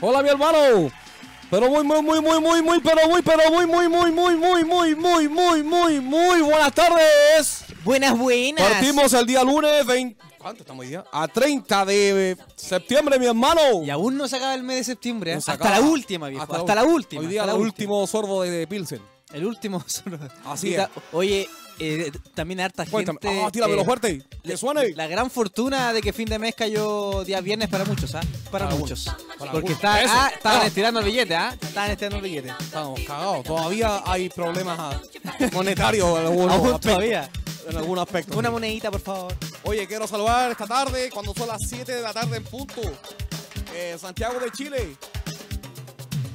Hola, mi hermano. Pero muy, muy, muy, muy, muy, muy, pero muy, pero muy, muy, muy, muy, muy, muy, muy, muy, muy, muy buenas tardes. Buenas, buenas. Partimos el día lunes 20. ¿Cuánto estamos hoy día? A 30 de septiembre, mi hermano. Y aún no se acaba el mes de septiembre, ¿eh? No se Hasta acaba. la última, viejo. Hasta, la última. Hoy día hasta el la último sorbo de Pilsen. última. El último. solo. Así Y es. ta- Oye, eh, también harta Cuéntame. gente... Ah, tíramelo eh, fuerte. la- Que suene. La gran fortuna de que fin de mes cayó día viernes para muchos, ¿ah? Para, Para muchos. algunos. Para algunos. Porque está, Eso. ah, estaban Ah. estirando el billete, ¿ah? Estaban estirando el billete. Estamos cagados. Todavía hay problemas ah, monetarios en algunos Aún aspectos. todavía. En algún aspecto. Una monedita, por favor. Oye, quiero saludar esta tarde, cuando son las 7 de la tarde en punto. eh, Santiago de Chile,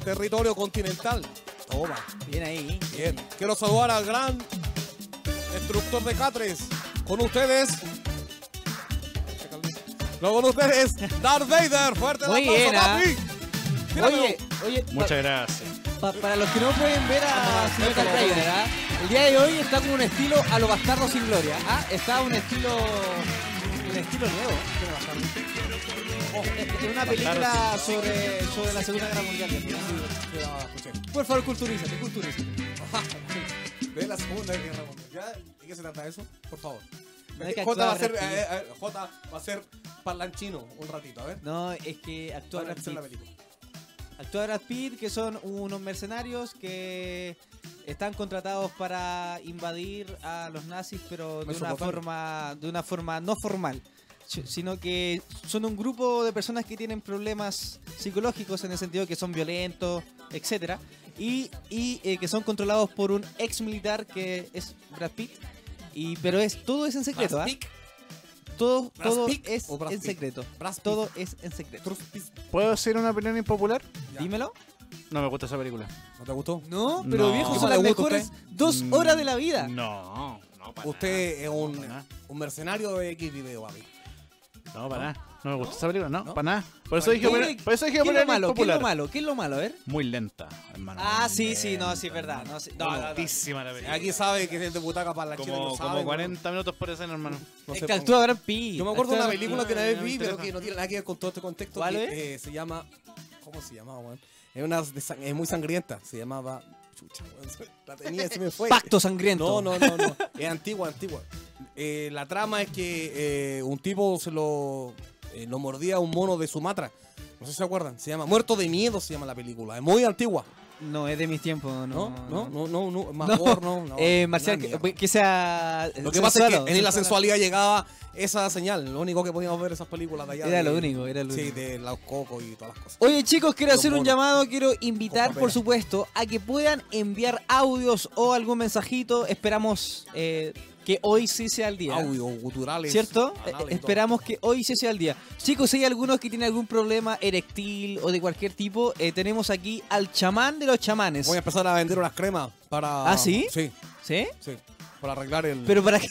territorio continental. Toma, Bien ahí. bien. Quiero saludar al gran instructor de Catres. Con ustedes. No, con ustedes, Darth Vader. Fuerte el Muy aplauso, bien, ¿ah? papi. Tíramelo. Oye, oye. pa- Muchas gracias. Pa- para los que Ah, no pueden ver a señor Mételo, Cartwright, mételo. ¿verdad? El día de hoy está con un estilo a lo bastardo sin gloria. Ah, está un estilo. un estilo nuevo. ¿Qué le pasa? Oh, es- es una película sobre, sobre la Segunda Guerra Mundial. Sí, ah, escuché. Por favor, culturízate, culturízate. De la Segunda Guerra Mundial. ¿De qué se trata eso? Por favor. No hay que Jota va a actuar, ser, eh, Rafi. eh, Jota va a ser parlanchino un ratito, a ver. No, es que actúa Para Brad hacer la Pitt. película. Actúa Brad Pitt, que son unos mercenarios que están contratados para invadir a los nazis, pero de una Mesopotamia. forma, de una forma no formal, si- sino que son un grupo de personas que tienen problemas psicológicos en el sentido que son violentos, etcétera, y, y, eh, que son controlados por un ex militar que es Brad Pitt. Y, pero es todo es en secreto, ¿ah? Braspic, Todo, Brad todo Pitt es o Brad en Pitt? secreto. Brad Pitt. Todo es en secreto. Truspis. ¿Puedo hacer una opinión impopular? Ya. Dímelo. No me gusta esa película. ¿No te gustó? No, pero No. viejo, ¿Cómo son le las gusta a mejores dos Mm, horas de la vida. No, no para Usted es No, para un, nada. un mercenario de X video, papi. No, para nada. No me gusta esa película, no, ¿No? para nada. Por eso ¿Qué dije, le- opinión- por eso ¿Qué dije es lo malo? opinión ¿Qué es lo impopular. malo? ¿Qué es lo malo? A ver. Muy lenta, hermano. Ah, muy sí, sí, no, lenta, sí, es verdad. No, sí, no, no, no. Lentísima la película. Aquí sabe que es el de butaca para la china. como, como 40 minutos por escena, hermano. es que actúa Brad Pitt. Yo me acuerdo de una Actúa- película que una no, vez no me vi, pero interesa. que no tiene nada que ver con todo este contexto. ¿Cuál que, eh, se llama. ¿Cómo se llamaba, weón? Es, una de sang- es muy sangrienta. Se llamaba. Chucha, weón. La tenía y se me fue. Pacto sangriento. No, no, no, no. Es antigua, antigua. Eh, la trama es que eh, un tipo se lo, eh, lo mordía a un mono de Sumatra. No sé si se acuerdan. Se llama Muerto de Miedo, se llama la película. Es muy antigua. No, es de mis tiempos, no. No, no, no, no, no. Más No. porno. no, Eh, una Marcial, mierda. que, que sea. lo que pasa es sensual, que en la sensual. sensualidad llegaba esa señal. Lo único que podíamos ver esas películas de allá. Era de- lo único, era lo Sí, único. de los cocos y todas las cosas. Oye chicos, quiero Los hacer un monos. llamado, quiero invitar Con por papera. supuesto a que puedan enviar audios o algún mensajito. Esperamos eh, que hoy sí sea el día. Audio, guturales. ¿Cierto? Eh, anales y todo. Esperamos que hoy se sea el día. Chicos, si hay algunos que tienen algún problema erectil o de cualquier tipo, eh, tenemos aquí al chamán de los chamanes. Voy a empezar a vender unas cremas para. ¿Ah, sí? Sí, ¿Sí? sí. Para arreglar el. Pero para, que-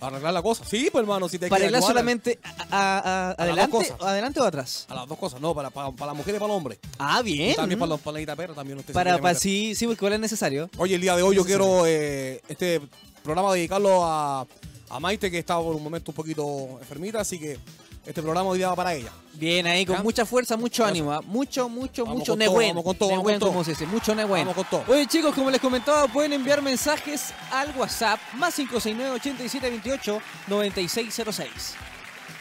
arreglar la cosa. Sí, pues hermano, si te para queda hablar ayudar, solamente a- a- a- las adelante, dos cosas. adelante o atrás. A las dos cosas, no, para, para, para la mujer y para el hombre. Ah, Y bien. También para, los, para la guitarra, pero también usted se Para, quiere para- meter. sí, sí, porque igual es necesario. Oye, el día de hoy yo Sí, quiero eh, este programa dedicarlo a, a Maite, que estaba por un momento un poquito enfermita, así que este programa hoy día va para ella. Bien ahí, con ¿Ya? mucha fuerza, mucho Vamos. ánimo, ¿ah? mucho, mucho, Vamos mucho con todo, Nehuen. vamos con todo, vamos Nehuen, con todo. como se dice, mucho Nehuen. Vamos con todo. Oye chicos, como les comentaba, pueden enviar mensajes al WhatsApp más 569-8728-9606.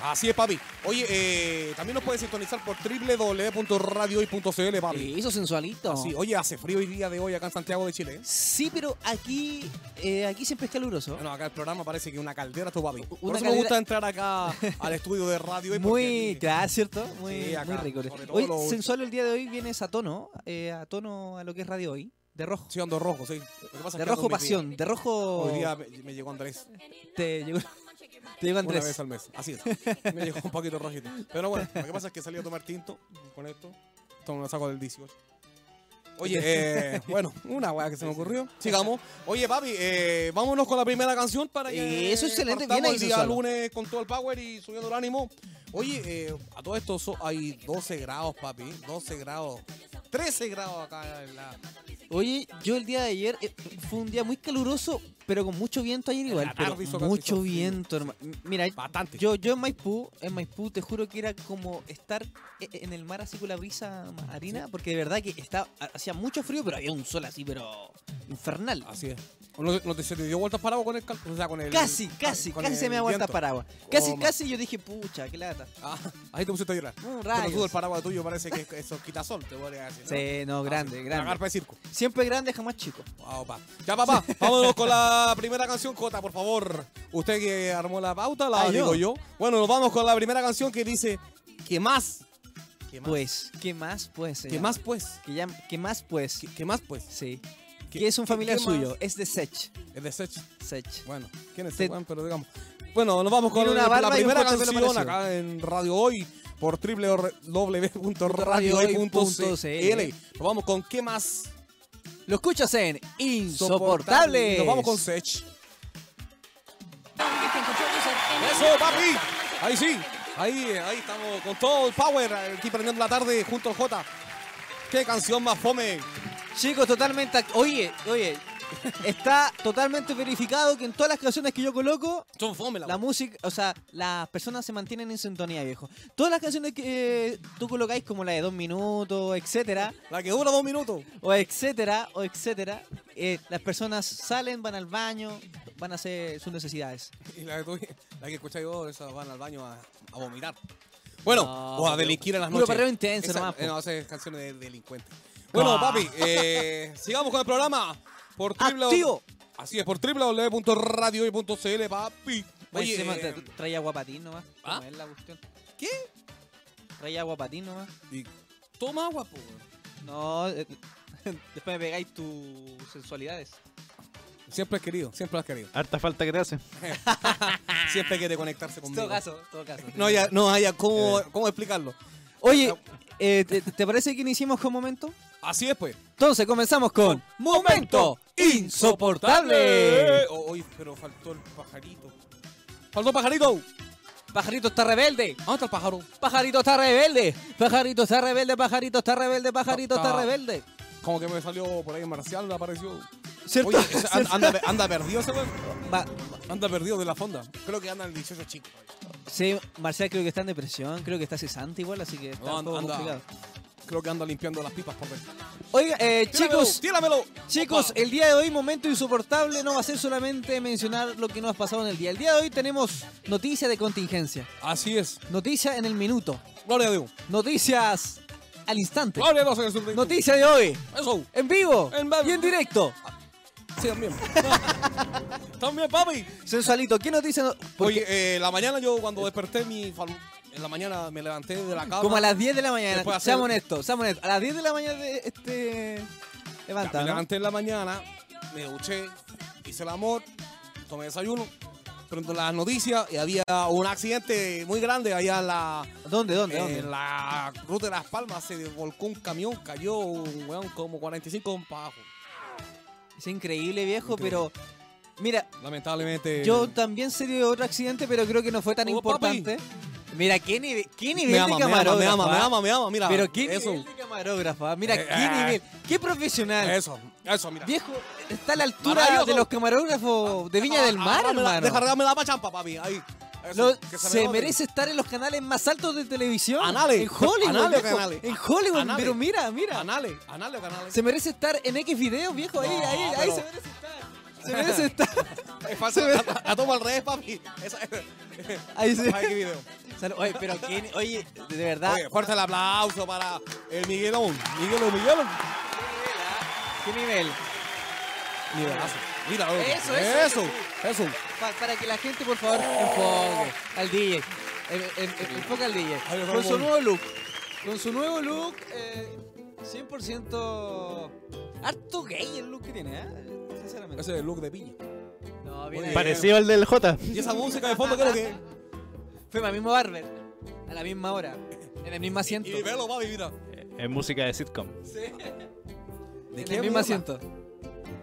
Así es, papi. Oye, eh, también nos puedes sintonizar por www.radiohoy.cl, papi. Eh, Hizo sensualito. Así, oh. oye, hace frío hoy día de hoy acá en Santiago de Chile. ¿eh? Sí, pero aquí, eh, aquí siempre es caluroso. Bueno, acá el programa parece que una caldera, tu papi. Por Una eso me caldera- gusta entrar acá al estudio de radio. Hoy, porque Muy, aquí- claro, ¿cierto? Muy, Sí, acá, muy rico. sobre todo Hoy, lo- sensual el día de hoy vienes a tono, eh, a tono a lo que es radio hoy, de rojo. Sí, ando rojo, sí. ¿eh? Lo que pasa es De que ando rojo mis días. pasión, de rojo... Hoy día me, me llegó Andrés. Te llegó, te llegó Una Andrés. vez al mes. Así es. Me llegó un poquito rojito. Pero bueno, lo que pasa es que salí a tomar tinto con esto. Esto me lo saco del 18. Oye, eh, bueno, una weá que se me ocurrió. Sigamos. Oye, papi, eh, vámonos con la primera canción para que. Eso, excelente, partamos bien ahí, el día Gonzalo. lunes con todo el power y subiendo el ánimo. Oye, eh, a todo esto so- hay 12 grados, papi. 12 grados. 13 grados acá en la. Oye, yo el día de ayer eh, fue un día muy caluroso pero con mucho viento ayer igual. la pero tarde hizo- hizo mucho frío. viento, hermano. Mira, Bastante. yo, yo en Maipú, en Maipú, te juro que era como estar e- en el mar así con la brisa marina, porque de verdad que estaba, hacía mucho frío, pero había un sol así, pero infernal. Así es. ¿O ¿No, no te se te dio vueltas paraguas con el cal- o sea, con el ah, Casi, casi, con casi el se me da vuelta viento? paraguas. Casi, Oh, ma- casi yo dije, pucha, qué lata. Ah, ahí te pusiste a llorar. Un Pero tú, rayo. el paraguas tuyo parece que es- eso quita sol, te voy a decir. ¿no? Ah, Ah, Sí, no, grande, La grande. carpa de circo. Siempre grande, jamás chico. Wow, pa. Ya, papá, vámonos con la primera canción, Jota, por favor. Usted que armó la pauta, la Ah, digo yo. yo. Bueno, nos vamos con la primera canción que dice: ¿Qué más? ¿Qué más? Pues, ¿qué más pues? se ¿Qué llama? más, pues? Que ya, ¿Qué más pues? ¿Qué, qué más, pues? Sí. ¿Qué- Que es un familiar qué suyo, más? es de Sech. Es de Sech. Sech. Bueno, ¿quién es Te- ese weón? Pero digamos. Bueno, nos vamos con Tiene una la, barba y un primera corte de pelo canción parecido. acá en Radio Hoy por www.radiohoy.cl. radiohoy.cl. Nos vamos con ¿Qué más? Lo escuchas en Insoportable. Nos vamos con Sech. ¡Eso, papi! Ahí sí, ahí, ahí estamos con todo el power aquí prendiendo la tarde junto al J. ¡Qué canción más fome! Chicos, totalmente. ac- Oye, oye. Está totalmente verificado que en todas las canciones que yo coloco, Son fome la música, o sea, las personas se mantienen en sintonía, viejo. Todas las canciones que eh, tú colocáis, como la de dos minutos, etcétera, La que dura dos minutos. o etcétera, o etcétera, eh, las personas salen, van al baño, van a hacer sus necesidades. Y la que, tú- la que escucháis vos, esas van al baño a, a vomitar. Bueno, No, o a pero- delinquir en las puro noches. perreo intenso Esa- nomás, eh, po. No, esas canciones de delincuentes. Bueno, Ah. papi, eh, sigamos con el programa. Por triple ¡Activo! Así es, por www.radio.cl, papi. Oye, Encima tra- eh, trae aguapatín nomás. ¿Ah? como es la cuestión. ¿Qué? Trae aguapatín nomás. y toma agua, po. No, eh, después me pegáis tus sensualidades. Siempre has querido, siempre has querido. Harta falta que te hace. Eh. Siempre quiere conectarse Ah. En conmigo. todo caso, Eh. en todo caso. No haya, no haya cómo, cómo explicarlo. Oye, eh, ¿te, te parece que iniciamos con momento? Así es, pues. Entonces comenzamos con Momento Insoportable. Oh, Oye, pero faltó el pajarito. ¡Faltó el pajarito! Pajarito está rebelde. ¿Dónde está el pájaro? Pajarito está rebelde. Pajarito está rebelde. Pajarito está rebelde. Pajarito Ta- está ta- rebelde. Como que me salió por ahí en Marcial, me apareció. ¿Cierto? Oye, ese an- anda, anda, perdido ese weón. Va- Anda perdido de la fonda. Creo que anda en el 18 chico. sí, Marcial creo que está en depresión. Creo que está cesante igual, así que está No, un anda, poco anda- complicado. Creo que anda limpiando las pipas por dentro. Oiga, eh, Tíramelo, chicos, tíramelo. chicos, Opa. el día de hoy, momento insoportable, no va a ser solamente mencionar lo que nos ha pasado en el día. El día de hoy tenemos noticias de contingencia, Así es. noticias en el minuto, Gloria a Dios. noticias al instante, Gloria a Dios en el sur de- noticia de hoy, Eso. en vivo En- y en directo. Sí, también. también, papi. Sensualito, ¿qué noticia? no- porque Oye, eh, la mañana yo cuando desperté mi... fal- En la mañana me levanté de la cama. como a las 10 de la mañana, Después hacer- seamos honestos, seamos honestos, a las 10 de la mañana de este... Ya, Levanta, me ¿no? levanté en la mañana, me duché, hice el amor, tomé desayuno, pronto las noticias y había un accidente muy grande allá en la, ¿Dónde, dónde, dónde? en la ruta de Las Palmas, se volcó un camión, cayó un weón como 45 para abajo. Es increíble, viejo, Increíble. pero... Mira, Lamentablemente. Yo también sé de otro accidente, pero creo que no fue tan Eh, Oh, papi. importante. Mira, ¿qué nivel, qué nivel me de ama, me ama, camarógrafo? me ama, me ah? ama, me ama, mira. Pero qué eso, nivel de camarógrafo. ah? Mira, Eh, qué ah. nivel. Qué profesional. eso, eso, mira. Viejo, está a la altura Maravilloso. Ah, de los camarógrafos de Viña del Mar, Agárrame la- hermano. Deja regarme la pachampa, papi, ahí. Eso, Lo- que se note. merece estar en los canales más altos de televisión. Anales. En Hollywood. Anales, viejo, canales. En Hollywood. Anales. Pero mira, mira. Anales, anales, canales. Se merece estar en X videos, viejo. Ahí, No, ahí, ahí pero- se merece estar. Se merece estar. Es falso, la, la tomo al revés, papi. Esa, Ahí se. Ay, qué video. Salud. Oye, pero ¿quién? Oye, de verdad. Oye, fuerte el aplauso para el Miguelón. Miguelón, Miguelón. ¿Qué nivel? Nivelazo. Mira, loco. Eso, eso, Eso. Pa- para que la gente, por favor, enfoque al DJ. Eh, eh, eh, enfoca al DJ. Ay, Con su vamos. nuevo look. Con su nuevo look, eh, 100%. Harto gay el look que tiene, ¿eh? Sinceramente. Ese es el look de piña. no, viene Oye, Parece. Parecido al del J. Y esa música de fondo, ¿qué es lo que es? Fue para el mismo barber. A la misma hora. En el mismo asiento. Y velo, papi, mira. Eh, Es música de sitcom. en qué el mismo mierda? asiento.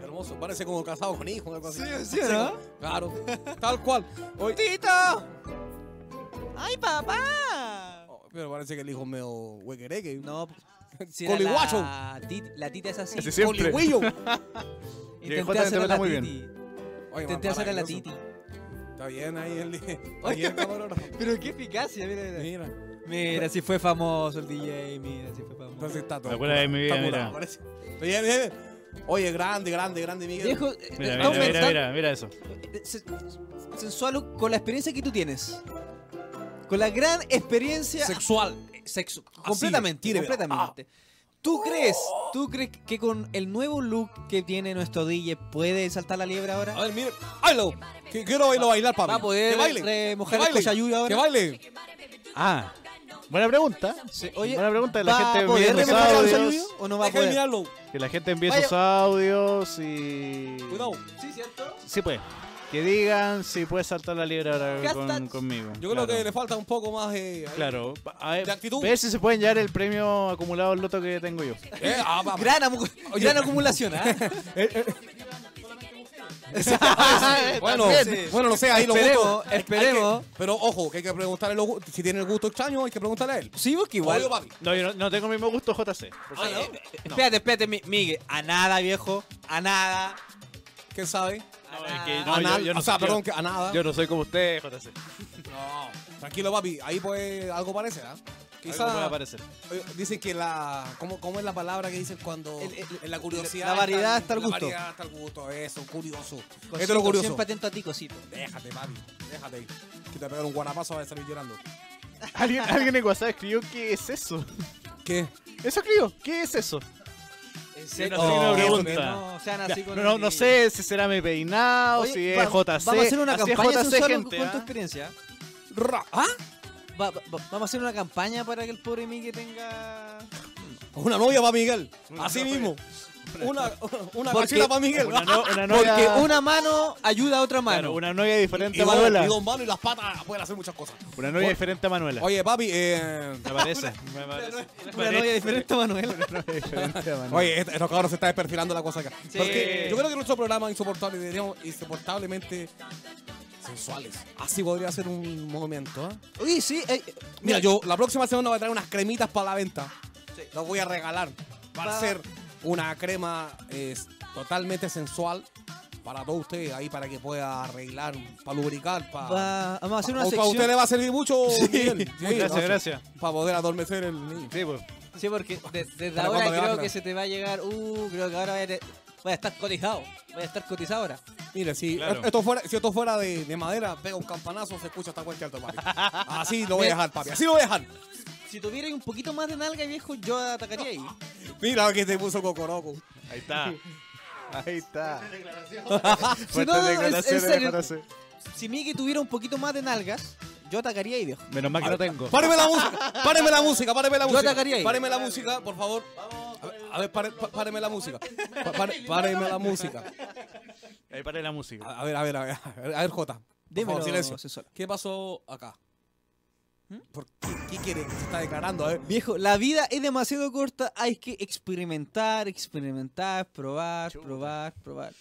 Hermoso, parece como casado con hijo, algo así. sí, ¿o no? Claro, tal cual. Oye, ¡Tito! ¡Ay, papá! oh, pero parece que el hijo es medio huequereque. No, si era Coliguacho. la, tit- la tita es así. Ese siempre. Coligüillo. Llegó Intenté también, hacer te la trata muy titi. Oye, Intenté hacer a la maravilloso. Titi. Está bien ahí el Está Oye, bien, camarógrafo. Pero qué eficacia, mira, mira. Mira. Mira, si fue famoso el DJ, mira, si fue famoso. Entonces está todo. Me acuerdo de mi vida, Está curado, mira. parece. Oye, mira, mira. Oye, grande, grande, grande, Miguel. Viejo, eh, está Mira, mira, mira, aumentando- mira, mira eso. Se- sensual con la experiencia que tú tienes. Con la gran experiencia Sexual. sexo- Así, completamente, tíremela. completamente. ¿Tú crees, tú crees que con el nuevo look que tiene nuestro DJ puede saltar la liebre A ahora? ver, mire. ¡Háblalo! Que- Quiero oírlo bailar, papi. Va a poder que baile. remojar que el baile. cochayuyo ahora. Que baile. Ah, buena pregunta. Sí, Oye, buena pregunta. La ¿va gente a poder envíe sus remojar el audios. cochayuyo o no va a Deja de poder? mirarlo. Que la gente envíe Vaya. sus audios y. Cuidado. Sí, ¿cierto? Sí, pues. Que digan si puedes saltar la liebre ahora con- Hashtags. conmigo. Yo creo Claro. que le falta un poco más. Eh, ahí. Claro, a ver, De actitud. ver si se pueden llevar el premio acumulado al loto que tengo yo. Eh, ah, vamos. Gran, amu- gran acumulación, ¿ah? Bueno, También. bueno, no sé, ahí lo Esperemos, gusto. esperemos. pero ojo, que hay que preguntarle los gustos. Si tiene el gusto extraño, hay que preguntarle a él. Sí, porque igual... Obvio, papi. No, yo no, no tengo el mismo gusto JC. por Ah, Oye, cierto. eh, Espérate, espérate, Mi- Miguel. A nada, viejo. A nada. ¿Quién sabe? A No, nada. es que a yo- nada. yo no o sea, sé, yo- perdón, que a nada. Ah. Yo no soy como usted, JC. No, tranquilo, papi. Ahí pues algo parece, ¿ah? Algo puede Quizás aparecer. dicen que la. ¿cómo, cómo es la palabra que dicen cuando. El- el- en la curiosidad. la variedad está al la gusto. variedad está al gusto, eso, curioso. Cosito, Esto es lo curioso. Siempre atento a ti, cosito. Déjate, papi. Déjate. ahí. Que te pegar un guanapazo vas a salir llorando. ¿Alguien, alguien en WhatsApp escribió ¿qué es eso? ¿Qué? Eso escribió, ¿qué es eso? En serio? Sí, una pregunta. Oh, No, sean así con No, no, no sé si será mi peinado, Oye, si es va- JC. Vamos a hacer una así es campaña JC, sensual gente, con ¿ah? tu experiencia. Ra- ¿Ah? Va- va- vamos a hacer una campaña para que el pobre Miguel tenga. Una novia para Miguel. Así novia. mismo. Una, una Porque- cachila para Miguel. ¿ah? Una, no- una novia, Porque una mano ayuda a otra claro, mano. una novia diferente Y a dos, Manuela. y dos manos y las patas pueden hacer muchas cosas. Una novia diferente a Manuela. Oye, papi, eh, Me parece. Me parece. Me Una parece. novia diferente a Manuel. Una novia diferente a Manuela. Oye, est- estos cabros se está desperfilando la cosa acá. Sí. Porque yo creo que nuestro programa es insoportable, deberíamos insoportablemente sensuales. Así podría ser un movimiento, ¿ah? Oye, sí. eh, Mira, yo la próxima semana voy a traer unas cremitas para la venta. Sí. Las voy a regalar. Va a Va- ser una crema eh, totalmente sensual para todos ustedes ahí para que pueda arreglar, para lubricar, para. va- vamos a hacer una a usted sección. le va a servir mucho. Miguel. Sí, gracias, no, gracias. Para poder adormecer el niño. Sí, pues. Sí, porque de- desde Para ahora cuando le creo bajan. que se te va a llegar. Uh, creo que ahora voy a, te- voy a estar cotizado. Voy a estar cotizado ahora. Mire, si, Claro. esto fuera, si esto fuera de, de madera, pega un campanazo, se escucha hasta cualquier alto, papi. Así lo voy a dejar, papi. Así lo voy a dejar. Si tuviera un poquito más de nalga, viejo, yo atacaría ahí. Mira que te puso Cocoroco. Ahí está. Ahí está. Ah, Si Fuertes no, en- en declaraciones de serio, JC. Si Miguel tuviera un poquito más de nalgas, yo atacaría ahí, viejo. Menos mal que no tengo. Páreme la música, páreme la música, páreme la música. atacaría ahí. Páreme la música, por favor. A ver, A ver, pare- pa- páreme la música. Pa- pare- Páreme la música. Ahí paré la música. A a ver, a ver, a ver, a ver, a ver, Jota. Por Dímelo, favor, silencio. sensual. ¿Qué pasó acá? ¿Mm? ¿Por qué, ¿Qué quiere? ¿Qué se está declarando? A ver. Viejo, la vida es demasiado corta, hay que experimentar, experimentar, probar, Chuta. probar, probar.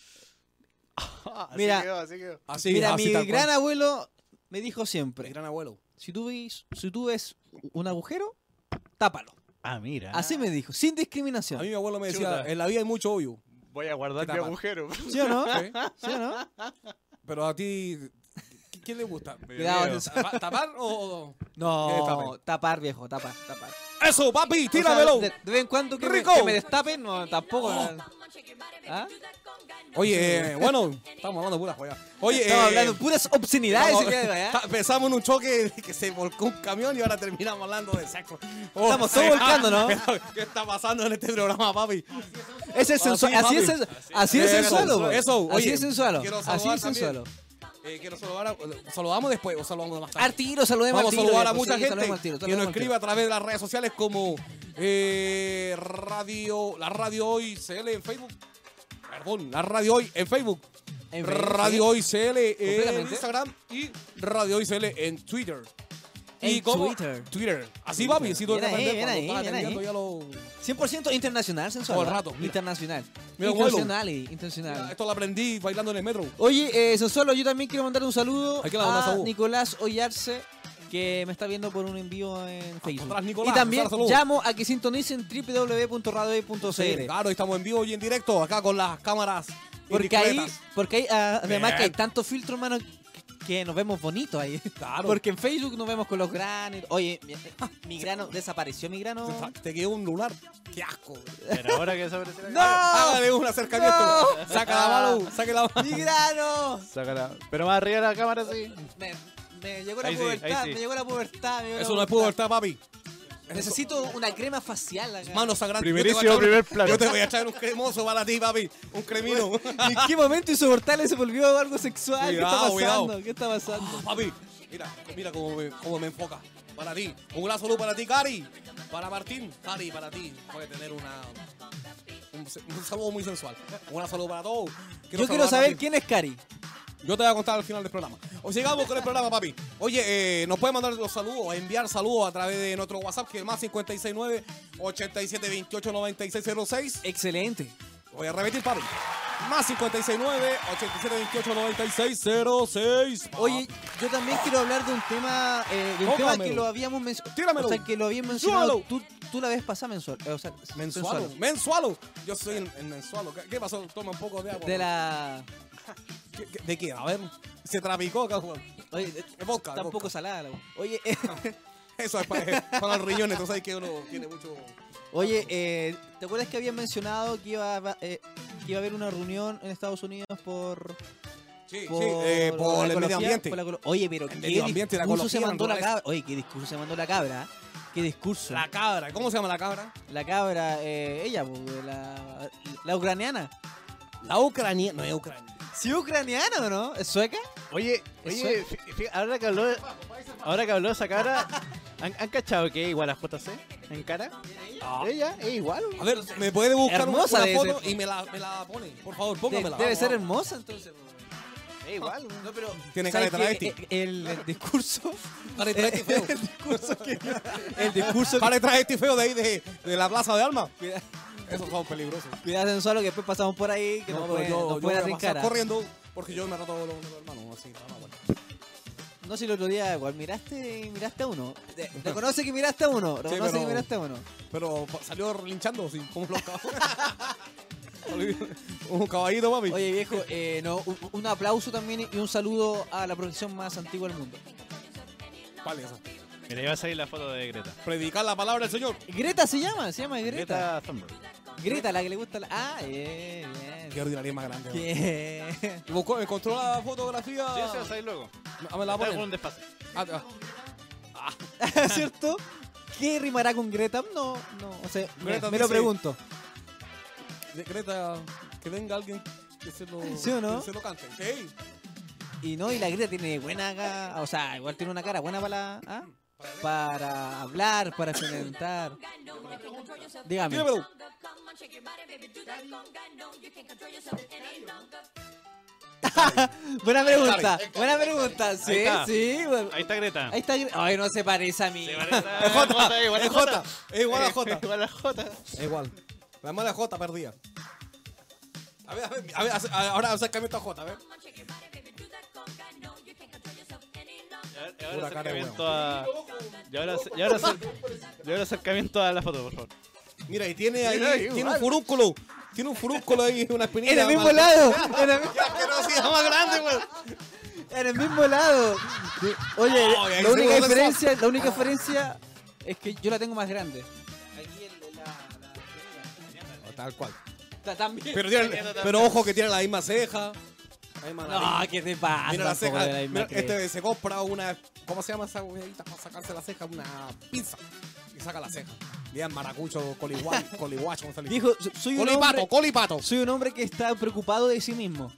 Así Mira. quedó, así quedó. Así, Mira, así mi tal gran cual. abuelo me dijo Mi siempre, gran abuelo. si tú ves, si tú ves un agujero, tápalo. Ah, mira. Así me dijo, sin discriminación. A mí mi abuelo me decía, Chuta. en la vida hay mucho obvio. Voy a guardar Qué mi tapa. agujero. ¿Sí o no? Sí. ¿Sí o no? Pero a ti, ¿qué, qué le gusta? Cuidado, miedo. sensual. ¿Tapa- ¿Tapar o.? o- Que No, tapen. tapar, viejo, tapar, tapar. ¡Eso, papi! O sea, ¡Tíramelo! de, de vez en cuando que, Rico. Me, que me destapen, no, tampoco. ¿Ah? Oye, eh, bueno, estamos hablando de puras joyas. Oye, Estamos eh, hablando puras obscenidades estamos- el día de hoy, ¿ah? ta- empezamos en un choque que se volcó un camión y ahora terminamos hablando de sexo. Oh, Estamos todos volcando, ¿no? ¿Qué está pasando en este programa, papi? Ese es sensual, así, es papi. sensu- así es Eso, sensual, eso, güey. eso, así oye, es sensual, quiero así saludar es también. sensual. Eh, quiero saludar a- ¿Saludamos después o saludamos más tarde? Al tiro, saludemos Vamos a al tiro. saludar a viejo, mucha pues, sí, saludemos gente al tiro, que saludemos nos al tiro. escribe a través de las redes sociales como eh, Radio, la Radio Hoy CL en Facebook. Perdón, la Radio Hoy en Facebook. En Facebook, Radio sí. Hoy CL en Completamente. Instagram y Radio Hoy CL en Twitter. En como- Twitter. Twitter. Así, Twitter. papi, si tú Bien ahí, aprender bien cuando ahí, estaba bien ahí. atendiendo ya lo- 100% internacional, sensual. Todo el ¿ah? rato, mira. Internacional. Mira, abuelo. internacional, y- Mira, internacional. Esto lo aprendí bailando en el metro. Oye, eh, Sosolo, yo también quiero mandar un saludo Hay que mandar a saludo. Nicolás Ollarse, que me está viendo por un envío en Facebook. atrás, Nicolás, y también mandar saludos. llamo a que sintonicen www.radioy.cl. Claro, estamos en vivo y en directo acá con las cámaras Porque ahí, bicicletas. porque ahí, ah, además que hay Bien. tanto filtro, hermano, que nos vemos bonitos ahí. Claro. Porque en Facebook nos vemos con los granos. Oye, mi, mi grano, desapareció mi grano. Te quedó un lunar. ¡Qué asco! Pero ahora que desapareció la ¡No! cámara, Hágale un acercamiento. No. Ah. Saca la mano, saca la mano. ¡Mi grano! sácala. Pero más arriba de la cámara sí. Me, me llegó la Ahí sí, pubertad, ahí sí. me llegó la pubertad. me llegó la Eso no es pubertad. pubertad, papi. Necesito una crema facial acá. Mano sangrante. Primerísimo, yo te voy a traer un- primer plano. Yo te voy a traer un cremoso para ti, papi. Un cremino. ¿En qué momento insoportable se volvió algo sexual? Cuidado, ¿Qué está pasando? cuidado. ¿Qué está pasando? Ah, papi, mira, mira cómo me, cómo me enfoca. Para ti. Un gran saludo para ti, Cari. Para Martín. Cari, para ti. Puede tener una... Un, un saludo muy sensual. Un gran saludo para todos. Yo quiero saludar a saber Martín. quién es Cari. Yo te voy a contar al final del programa. O sigamos con el programa, papi. Oye, eh, nos pueden mandar los saludos, enviar saludos a través de nuestro WhatsApp, que es el más 569 8728 9606. Excelente. Voy a repetir, papi. Más 569 8728 9606. Oye, yo también quiero hablar de un tema, eh, de un tema Tócamelo. que lo habíamos mencionado. Tíramelo. O sea, que lo habíamos mencionado. Suélalo. Tú, tú la ves pasada mensual. eh, o sea, mensualo. sensual. Mensualo. Yo soy el, el mensualo. ¿Qué, qué pasó? Toma un poco de agua. De la. ¿Qué- qué- ¿De qué? A ver. Se trabicó, cabrón. Oye, eh, Es vodka. está un poco vodka. salada la Oye, eh, Eso es para, para los riñones. Entonces ahí que uno tiene mucho... oye eh, ¿te acuerdas que habían mencionado que iba, a- eh, que iba a haber una reunión en Estados Unidos por. Sí, sí. eh, por, la el medio ecología, ambiente. por la ecolo- Oye, pero El qué medio ambiente, la discurso se ecología, mandó la naturaleza. cabra. Oye, qué discurso se mandó la cabra. ¿eh? Qué discurso. La La, cabra, ¿cómo se llama la cabra? cabra, eh, ella, po, la, la ucraniana. La ucraniana, no es ucrania. Sí, ucraniana, ¿o no? ¿Es sueca? Oye, oye, Eso fi- fi- ahora que habló, ahora que habló esa cara, ¿han, han cachado que es igual a JC en cara? Ah. Ella es igual. A ver, ¿me puede buscar una, Hermosa una debe foto ser. y me la, me la pone? Por favor, De- póngamela. debe Vamos, ser vamos. hermosa, entonces. po. Es igual. No, pero. Tiene cara de ¿sabes qué? travesti. Eh, El, el discurso. Cara de travesti feo. el discurso que. este El discurso que. Cara de travesti este feo de ahí, de, de la plaza de Alma. Cuida- Esos son peligrosos. Cuidado, sensual, que después pasamos por ahí, que no, pues, pero pueden, nos yo pueden voy a hacer pasar cara. corriendo porque yo me rato los los hermanos. Así, nada más, bueno. No sé, el otro día, igual, miraste, miraste a uno. De- Reconoce que miraste a uno. Reconoce pero- que miraste a uno. Pero pa- salió linchando, así, como los caballos. Un caballito, papi. Oye, viejo, eh, no, un, un aplauso también y un saludo a la profesión más antigua del mundo. Vale, eso. Mira, ahí va a salir la foto de Greta. Predicar la palabra del Señor. Greta se llama, se llama Greta. Thunberg. Greta, la que le gusta la. Ah, bien, Qué bien. ordinaria más grande. ¿no? Bien. Y buscó- encontró la fotografía. Sí, se va a salir luego. Ah, me la Está ponen. con un desfase. Ah, ah. ¿Cierto? ¿Qué rimará con Greta? No, no, o sea, me- Greta me, lo dice- pregunto. De- Greta, que venga alguien que se lo, ¿Sí o no? que se lo cante. ¡Ey! Y no, y la Greta tiene buena acá, o sea, igual tiene una cara buena para la- ¿ah? para hablar, para experimentar. Dígame. Dígamelo. Buena pregunta, Cari, buena pregunta. Sí, está. sí. bueno. Ahí está Greta. Ahí está. Gre- Ay, no se parece a mí. Se parece a- Es Jota, Jota, igual a es Jota. Jota, es igual a Jota. Igual a Jota. Es igual. La mala Jota perdía. A ver, a ver, a ver, hace- a- ahora acercamiento a Jota, a ver. Y ahora- y ahora Pura cara de acercamiento a. Y ahora, y ahora acer- y ahora acercamiento a la foto, por favor. Mira, y tiene ahí, Mira, tiene igual. un furúnculo. Tiene un furúnculo ahí, una espinilla. En el mismo más- lado. En el, ¡Qué asquerosidad más grande, güey! en el mismo lado. Oye, Ay, ahí la se única vuelve diferencia, la única diferencia es que yo la tengo más grande. Aquí el, la, O Tal cual. también. Pero, tiene- pero ojo que tiene la misma ceja. La misma No, nariz. ¿qué te pasa? Mira la Tampoco ceja. de la misma mira, cresta. este se compra una. ¿Cómo se llama esa huevita para sacarse la ceja? Una pinza. Y saca la ceja. Bien, maracucho, coliguay, coliguacho, ¿cómo se le dice? Viejo, so- soy un, Colipato, hombre, colipato. soy un hombre que está preocupado de sí mismo.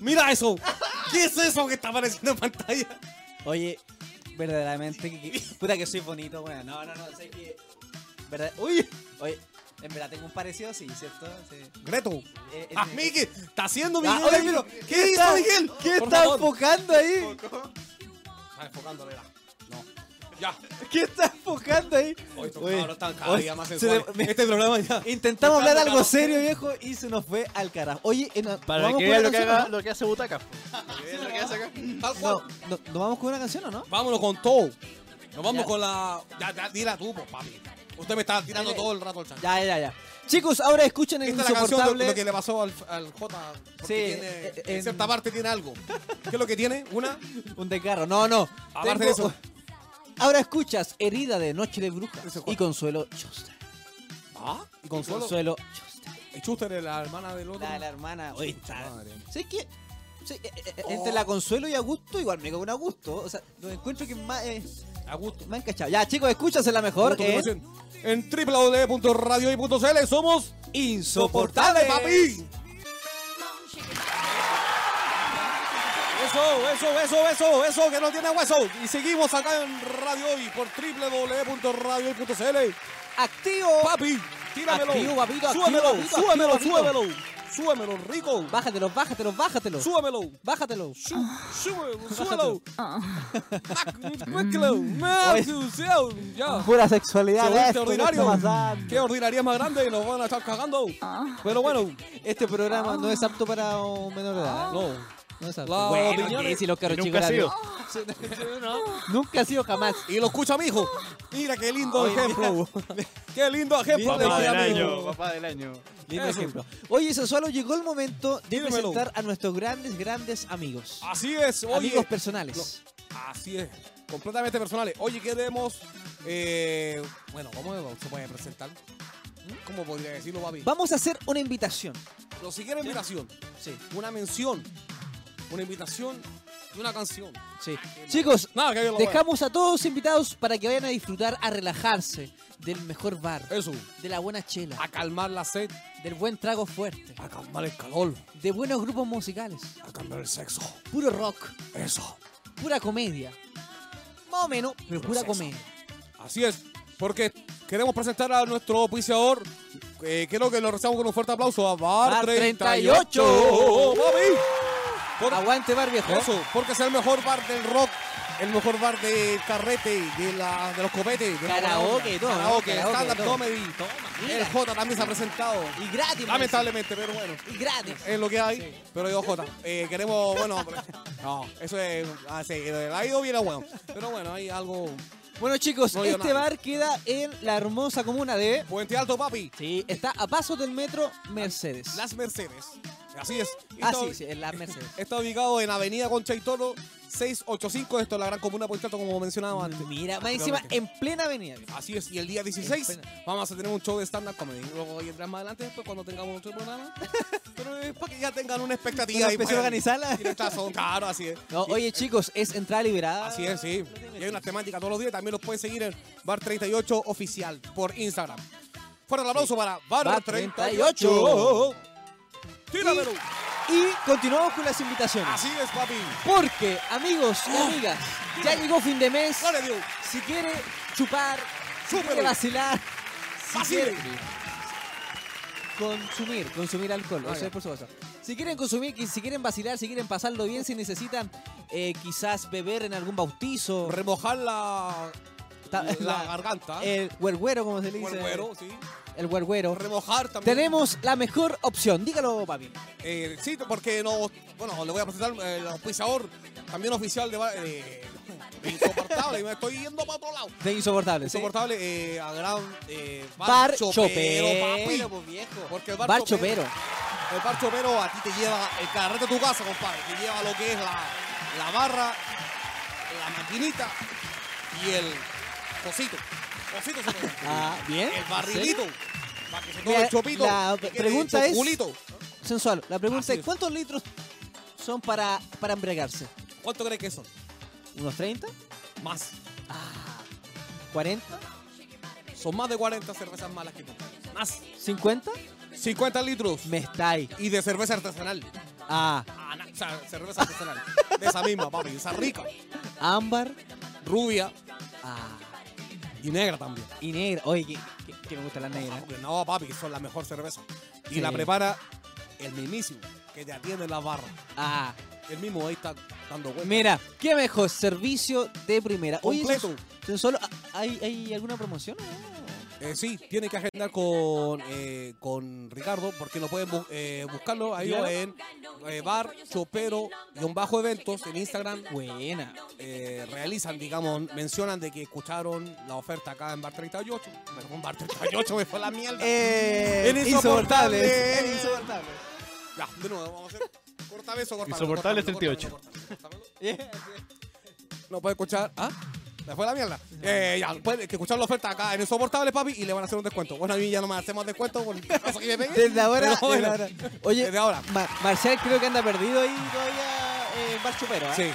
Mira eso. ¿Qué es eso que está apareciendo en pantalla? Oye, verdaderamente, que- que- puta que soy bonito, weón. No, no, no, sé que. verdad- Uy, oye, en verdad tengo un parecido, sí, ¿cierto? Sí. Greto. Eh, eh, Ah, eh. Miguel, está haciendo Miguel. Ah, oye, ahí. pero, ¿Qué hizo está- Miguel? ¿Qué Por está favor. enfocando ahí? Está enfocándole la. No. Ya. ¿Qué está enfocando ahí? Hoy estos Oye, cabros están cada oye, día más se sensuales. le- me- Este programa ya. Intentamos Está hablar algo enfocado. serio, viejo, y se nos fue al carajo. Oye, eh, no- Para ¿vamos que con vean una lo que, canción o haga, no? lo que hace Butaca. Tal cual. No, no, ¿Nos vamos con una canción o no? Vámonos con todo. Nos vamos Ya. con la. Ya, ya, dila tú, pues, papi. Usted me está tirando Ya, ya. todo el rato el chancho. Ya, ya, ya. Chicos, ahora escuchen el Esta es la canción de insoportable. lo que le pasó al, al J. Sí, Porque tiene, eh, en en- cierta parte tiene algo. ¿Qué es lo que tiene? Una. Un desgarro. No, no. Aparte Tengo- de eso. Ahora escuchas Herida de Noche de Brujas Ese Juan. y Consuelo Chostar. Ah, y Consuelo. Consuelo Chostar. Y Schuster es la hermana del otro. La, la hermana. Oye, está- Madre. ¿Sabes qué? Sí, eh, eh, Oh. Entre la Consuelo y Augusto, igual me cago en Augusto. O sea, lo encuentro que más. eh, A gusto. me han cachado. Ya, chicos, escúchase la mejor. Gusto, eh, promoción. En www.radioy.cl somos insoportable, soportales, papi. Eso, eso, eso, eso, eso, que no tiene hueso. Y seguimos acá en Radio Hoy por www.radiohoy.cl. Activo. Papi, tíramelo. Activo, papito, activo, súbemelo, papito, súbemelo, activo, súbemelo. Súbemelo, rico. Bájatelo, bájatelo, bájatelo. Súbemelo. Bájatelo. Sú- Súbelo, súbelo. Mac- Mézclalo. Mézclalo. Ya. Pura sexualidad. Qué ordinario. Qué ordinaria más grande y nos van a estar cagando. Pero bueno, Este programa no es apto para un menor de edad. ¿eh? no. No es apto. La bueno, opinión ¿qué es- si los caros Nunca chicos ha la sido. vio? Nunca ha sido jamás. Y lo escucha mi hijo. Mira qué lindo Oye, ejemplo. Qué lindo ejemplo Mira, de Papá mi del amigo. año, papá del año. Lindo Eso. ejemplo. Oye, Sasualo, llegó el momento de Dímelo. presentar a nuestros grandes, grandes amigos. Así es, oye. amigos personales. Así es. Completamente personales. Oye, queremos. Eh, bueno, ¿cómo se puede presentar? ¿Mm? ¿Cómo podría decirlo, papi? Vamos a hacer una invitación. Lo siguiente invitación. Sí, Una mención. Una invitación y una canción. sí. Ah, Chicos, Nada, que yo lo dejamos a todos invitados para que vayan a disfrutar, a relajarse del mejor bar, Eso. de la buena chela, A calmar la sed. del buen trago fuerte, A calmar el calor. de buenos grupos musicales, A calmar el sexo. puro rock, Eso. pura comedia. Más o menos, pero pura sexo. comedia. Así es. Porque queremos presentar a nuestro auspiciador. Eh, creo que lo rezamos con un fuerte aplauso a Bar, Bar 38. 38. ¡Papi! Por- Aguante bar viejo. Eso, porque es el mejor bar del rock, el mejor bar de carrete, de, la, de los copetes. De la buena Karaoke, onda. todo, ¿no? Karaoke, Karaoke, stand-up todo. comedy. El J también se ha presentado. Y gratis. Lamentablemente, pero bueno, parece. Y gratis. es lo que hay. Pero yo, J, eh, queremos, bueno, no, eso es, ah, sí, ha ido bien, bueno. Pero bueno, hay algo. Bueno chicos, No digo este nada. bar queda en la hermosa comuna de... Puente Alto, papi, Sí, eh, está a pasos del metro Mercedes. Las Mercedes. Así es. Y Ah, está- sí, sí, en las Mercedes. Está ubicado en Avenida Concha y Toro 685, esto es la gran comuna de Puente Alto, como Mm, mencionaba antes. Mira, más encima en plena avenida. Así es, y el día 16 Espera. vamos a tener un show de stand-up comedy. Luego voy a entrar más adelante después cuando tengamos otro programa. Pero es para que ya tengan una expectativa. ¿Una y especie vayan. organizada? Directazo, claro, así es. No, Y- oye chicos, es entrada liberada. Así es, sí. Y hay unas temáticas todos los días. También los pueden seguir en Bar38 Oficial por Instagram. Fuerte el aplauso para Bar Bar38. Tíramelo. Y continuamos con las invitaciones. Así es, papi. Porque, amigos y amigas, ya llegó fin de mes. Gloria a Dios. Si quiere chupar, si Súpelo. quiere vacilar, si Vacile. quiere consumir, consumir alcohol, Ah, eso ya. es por supuesto. Si quieren consumir, que- si quieren vacilar, si quieren pasarlo bien, si necesitan eh, quizás beber en algún bautizo, Remojar la, ta- la, la- garganta. El, el huerguero, como se le dice. sí. El huerguero. Remojar también. Tenemos la mejor opción, dígalo, papi. Eh, sí, porque no. Bueno, le voy a presentar eh, el auspiciador también oficial de, va- eh, de Insoportable. y me estoy yendo para otro lado. De insoportable. ¿sí? Insoportable eh, a gran. eh, Bar papi. Chopero, pues, viejo. Porque el bar, Bar chopero, Chopero. El bar chopero a ti te lleva el carrete a tu casa, compadre. Te lleva lo que es la, la barra, la maquinita y el cosito. Cosito se llama. Ah, bien. El ¿En barrilito. serio? Para que se tome Mira, el chopito. la y que le pregunta eche es- culito. Sensual. La pregunta Así es, es. ¿cuántos litros son para, para embriagarse? ¿Cuánto crees que son? ¿Unos 30? Más. Ah, ¿40? Son más de 40 cervezas malas que tú. Más. ¿50? 50 litros. Me estáis. Y de cerveza artesanal. Ah, Ah, na- o sea, cerveza artesanal. de esa misma, papi. Esa rica. ámbar. Rubia Ah, y negra también. y negra. Oye, que, que- que me gusta la negra. Porque No, papi, son la mejor cerveza. Y Sí. la prepara el mismísimo que te atiende en la barra. Ah, El mismo ahí está dando vueltas. mira, qué mejor servicio de primera. Oye, Completo. Sensual, ¿hay, ¿hay alguna promoción? o no? Eh, sí, tiene que agendar con, eh, con Ricardo porque lo pueden bu- eh, buscarlo ahí Claro. en eh, bar chopero-eventos en Instagram. Buena. Eh, realizan, digamos, mencionan de que escucharon la oferta acá en Bar 38. Perdón, Bar 38 me fue la mierda. Eh, Eres insoportables. insoportable. Eres insoportable. Ya, de nuevo, vamos a hacer. Corta beso, corta Insoportable 38. No puede escuchar. ¿Ah? Me fue la mierda. Eh, ya, puede que escuchar la oferta acá en Insoportable, papi, y le van a hacer un descuento. Bueno, a mí ya no me hacemos descuento por el caso que me peguen. Desde ahora, Pero bueno, desde ahora. Oye, desde ahora. Ma- Marcial creo que anda perdido ahí todavía eh, en Bar Chupero, ¿ah? Sí, eh,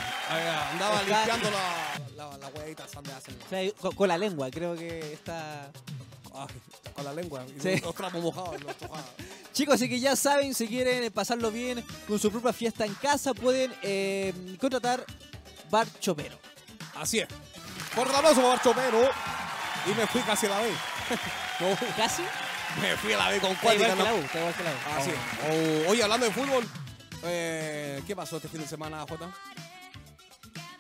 andaba Está- limpiando la, la, la huevita, ¿sabes? Hacen- O sea, ahí co- con, la lengua, creo que está... ay, con la lengua. Y Sí. Los trapos mojados, los mojados. Chicos, así que ya saben, si quieren eh, pasarlo bien con su propia fiesta en casa, pueden eh, contratar Bar Chopero. Así es. Por aplauso para Chopero. Y me fui casi a la B. No, ¿Casi? me fui a Eh, la Ah, B con Está cuática. igual que no. la U, Oh. está igual que la U. Así es. O- Oye, hablando de fútbol, eh, ¿qué pasó este fin de semana, Jota?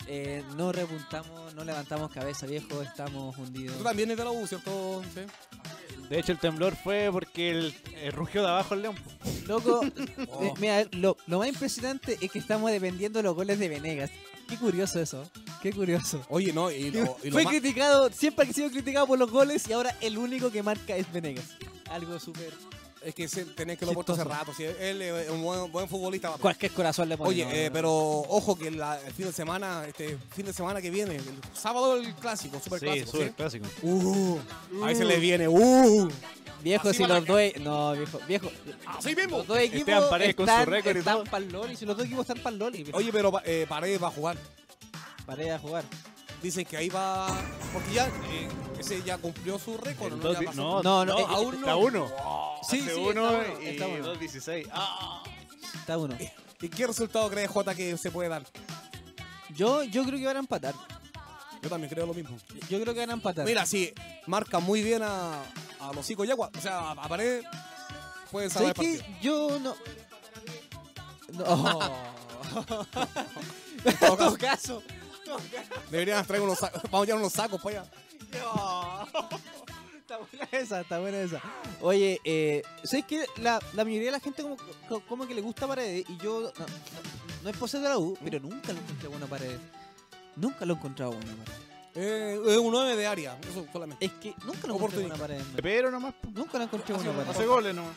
Eh, no repuntamos, no levantamos cabeza, viejo, estamos hundidos. Tú también eres de la U, ¿cierto? Sí. De hecho, el temblor fue porque el, el rugió de abajo el león. Loco, Oh. eh, mira, lo, lo más impresionante es que estamos dependiendo de los goles de Venegas. Qué curioso eso, qué curioso. Oye, no, y lo, y lo Fue más- criticado, siempre ha sido criticado por los goles y ahora el único que marca es Venegas. Algo súper. es que se- tenés que lo puesto hace Chistoso. rato. sí. Él es un buen, buen futbolista. papi. Cualquier corazón le pone. Oye, no, eh, no, no. pero ojo que la- el fin de semana, este fin de semana que viene, el sábado el clásico, super Sí, clásico. súper clásico. Uh, ahí se Uh. le viene, uh. Viejo, así si va la los dos. e-, No, viejo, viejo. Así mismo. Los dos equipos Esteban Paredes con su están, récord y están todo. pa'l Loli. Si los dos equipos están para Loli, viejo. Oye, pero eh, Paredes va a jugar. Paredes a jugar. Dicen que ahí va. Porque ya eh, ese ya cumplió su récord. ¿no? Ya pasó. No, No, no, no, no, eh, a uno. está uno. Sí, sí, Hace está uno uno, y está uno. 2.16. Ah. Está uno. ¿Y qué resultado crees, Jota, que se puede dar? Yo, yo creo que van a empatar. Yo también creo lo mismo. Yo creo que van a empatar. Mira, sí, marca muy bien a, a los cinco Yaguas. O sea, a Paredes pueden salvar ¿Sabes el partido. qué? Yo no. No. En todo caso, caso. deberían traer unos sacos. Vamos a llevar unos sacos para allá. No. Está buena esa, está buena esa. Oye, eh, ¿sabes que la, la mayoría de la gente como, co- como que le gusta Paredes y yo no, no- no es por ser de la U, pero nunca lo encontré bueno a Paredes. Nunca lo he encontrado bueno a Paredes. Eh, es un 9 de área, eso solamente. Es que nunca lo encontré bueno a Paredes. man. Pero nomás. po. Nunca lo encontré bueno a Hace Paredes. goles nomás.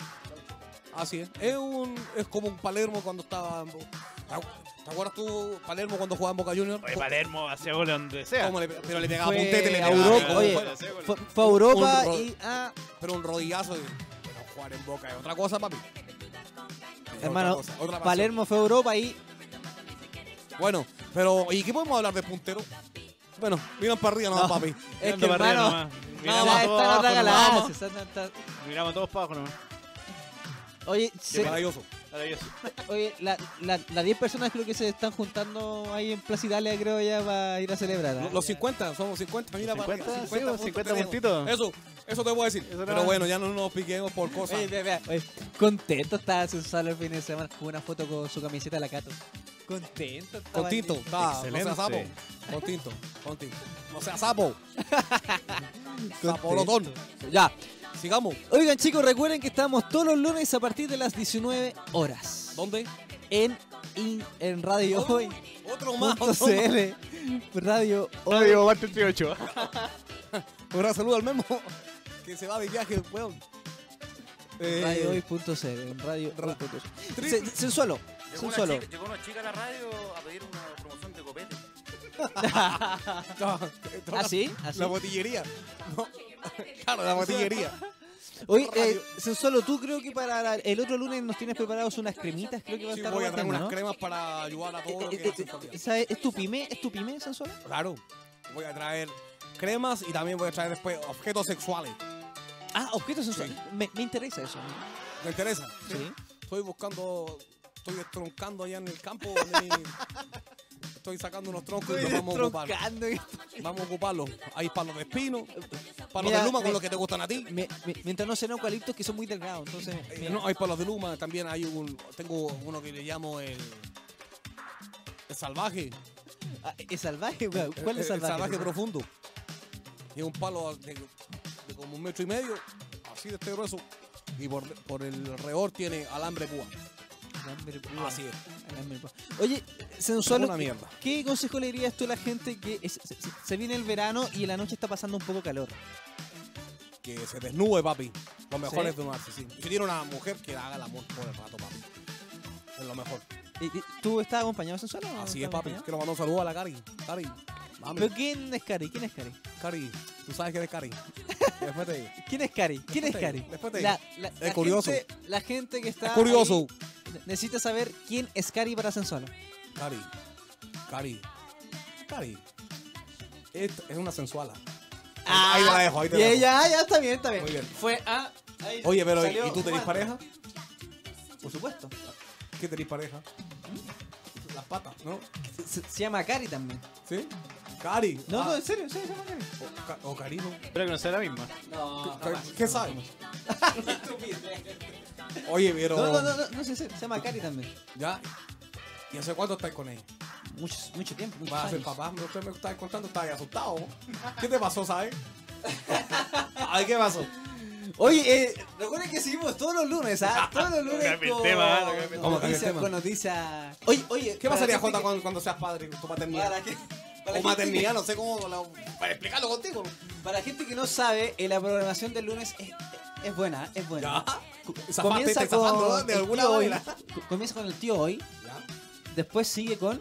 Así es. Es, un, es como un Palermo cuando estaba. en Bo- ¿Te acu- te acuerdas tú, Palermo, cuando jugaba en Boca Juniors? Oye, Palermo hacía goles donde sea. ¿Cómo le pe- pero le pegaba Fue puntete, le a pegaba. Europa, ¿cómo oye, fue? fue- Fue, fue a Europa Un- un- y a... Pero un rodillazo. y- Bueno, jugar en Boca es otra cosa, papi. Es Hermano, otra cosa, otra pasión. Palermo fue a Europa y... Bueno, pero ¿y qué podemos hablar de puntero? Bueno, miran para arriba nomás, No. papi. Es que Mirando para arriba hermano... nomás. ya Miramos a todos está en otra abajo nomás. galaxia, está- está- está- Miramos a todos para abajo nomás. Oye, Qué se- maravilloso. Maravilloso. Oye, las la, las 10 personas creo que se están juntando ahí en Plaza Italia, creo, ya para ir a celebrar. ¿ah? Los- Los 50, somos 50, mira para arriba. 50, pues, sí, puntos 50 tenemos. puntitos. Eso, eso te voy a decir. Eso no Pero va. bueno, ya no nos piquemos por cosas. Oye, vea, vea, oye, contento estaba Gonzalo el fin de semana con una foto con su camiseta de la Cato. Contento estaba. Con Tinto, ahí. está, no sea Excelente. sapo. Con Tinto, con Tinto. No sea sapo. Sapolotón. Contento. Ya. Sigamos. Oigan, chicos, recuerden que estamos todos los lunes a partir de las 19 horas. ¿Dónde? En, in- en Radio Oh, Hoy. Otro más. punto Otro más. CL. Radio No Hoy. digo, Bar 38. Un saludo al Memo, que se va de viaje, weón. Eh, Radio Hoy.cl. En Radio Ra- Hoy.cl. tri- Se- Sensualo. Llegó una, Sensualo. chica, llegó una chica a la radio a pedir una promoción de copete. Ah, eh, ¿Ah, sí? ¿Ah, sí? La botillería. No. Claro, la botillería. Oye, eh, Radio. Sensualo, tú creo que para la- el otro lunes nos tienes preparados unas cremitas, creo que va a Sí, estar voy a buena, traer unas ¿no? cremas para ayudar a todo lo Eh, eh, que eh, hacen familia. ¿sabes? ¿Es tu pyme? ¿Es tu pyme, Sensualo? Claro. Voy a traer cremas y también voy a traer después objetos sexuales. Ah, objetos sensuales. Me, me interesa eso. ¿no? ¿Te interesa? Sí. Estoy buscando, estoy estroncando allá en el campo. donde mi- estoy sacando unos troncos y los vamos a ocupar. Troncando. Vamos a ocuparlos. Hay palos de espino, palos Mira, de luma me- con los que te gustan a ti. Me- me- mientras no sean eucaliptos que son muy delgados, entonces. Eh, me- No, hay palos de luma, también hay un. Tengo uno que le llamo el. el salvaje. eh, Ah, es salvaje, weón. ¿Cuál es El- el salvaje? profundo. Es un palo de, de como un metro y medio, así de este grueso, y por, por el redor tiene alambre púa. Alambre púa. Así es. Alambre púa. Oye, sensual. Ah, Una mierda. ¿Qué consejo le dirías tú a la gente que es- se, se- se viene el verano y en la noche está pasando un poco calor? Que se desnude, papi. Lo mejor ¿Sí? es desnudarse, sí. Y Si tiene una mujer que haga el amor por el rato, papi. Es lo mejor. ¿Y- y Eh, ¿Tú estás acompañado sensual o no Así es, estás papi. acompañado? Quiero mandar un saludo a la Cari. Cari. Mami. Ah, ¿Pero quién es Cari? ¿Quién es Cari? Cari. Tú sabes quién es Cari. Después te digo. ¿Quién es Cari? ¿Quién es te Cari? digo, después te La- digo. la- Es la curioso. gente- La gente que está. Es curioso. ahí necesita saber quién es Cari para sensual. Cari. Cari. Cari. Esta es una sensuala. ahí te la dejo, ahí te y la dejo. Ya, ya, está bien, está bien. Muy bien. Fue a. ahí Oye, pero ¿y- salió ¿y tú tenés Juan. pareja? Por supuesto. ¿Qué tenés pareja? Las patas, ¿no? Se, se llama Cari también. ¿Sí? Cari. No, Ah, no, en serio, sí, se llama Cari. O, ca- o Carino. Espero que no sea la misma. No, Ca- ¿Qué sabes? Oye, pero. No, no, no, no, no, sí, sí, se llama Cari también. ¿Ya? ¿Y hace cuánto estás con ella? Mucho, mucho tiempo, muchos Va a ser años. papá, no usted me estaba contando, estaba ahí asustado. ¿Qué te pasó, sabes? Ay, ¿qué pasó? Oye, eh, recuerden que seguimos todos los lunes, ¿ah? Todos los lunes cambia el con, tema, ¿ah? No cambia el con tema. noticias- Cambia el tema. con noticias... Oye, oye... ¿Qué pasaría, Jota, Jota, cuando, cuando seas padre, tu paternidad? Para, que- para O la gente maternidad, no sé cómo. la- para explicarlo contigo. que- para la gente que no sabe, eh, la programación del lulunes es, es buena, ¿ah? es buena. Ya. Zafaste, te zafando ¿no? de el alguna tío hoy, manera. co- comienza con el tío hoy, Ya. después sigue con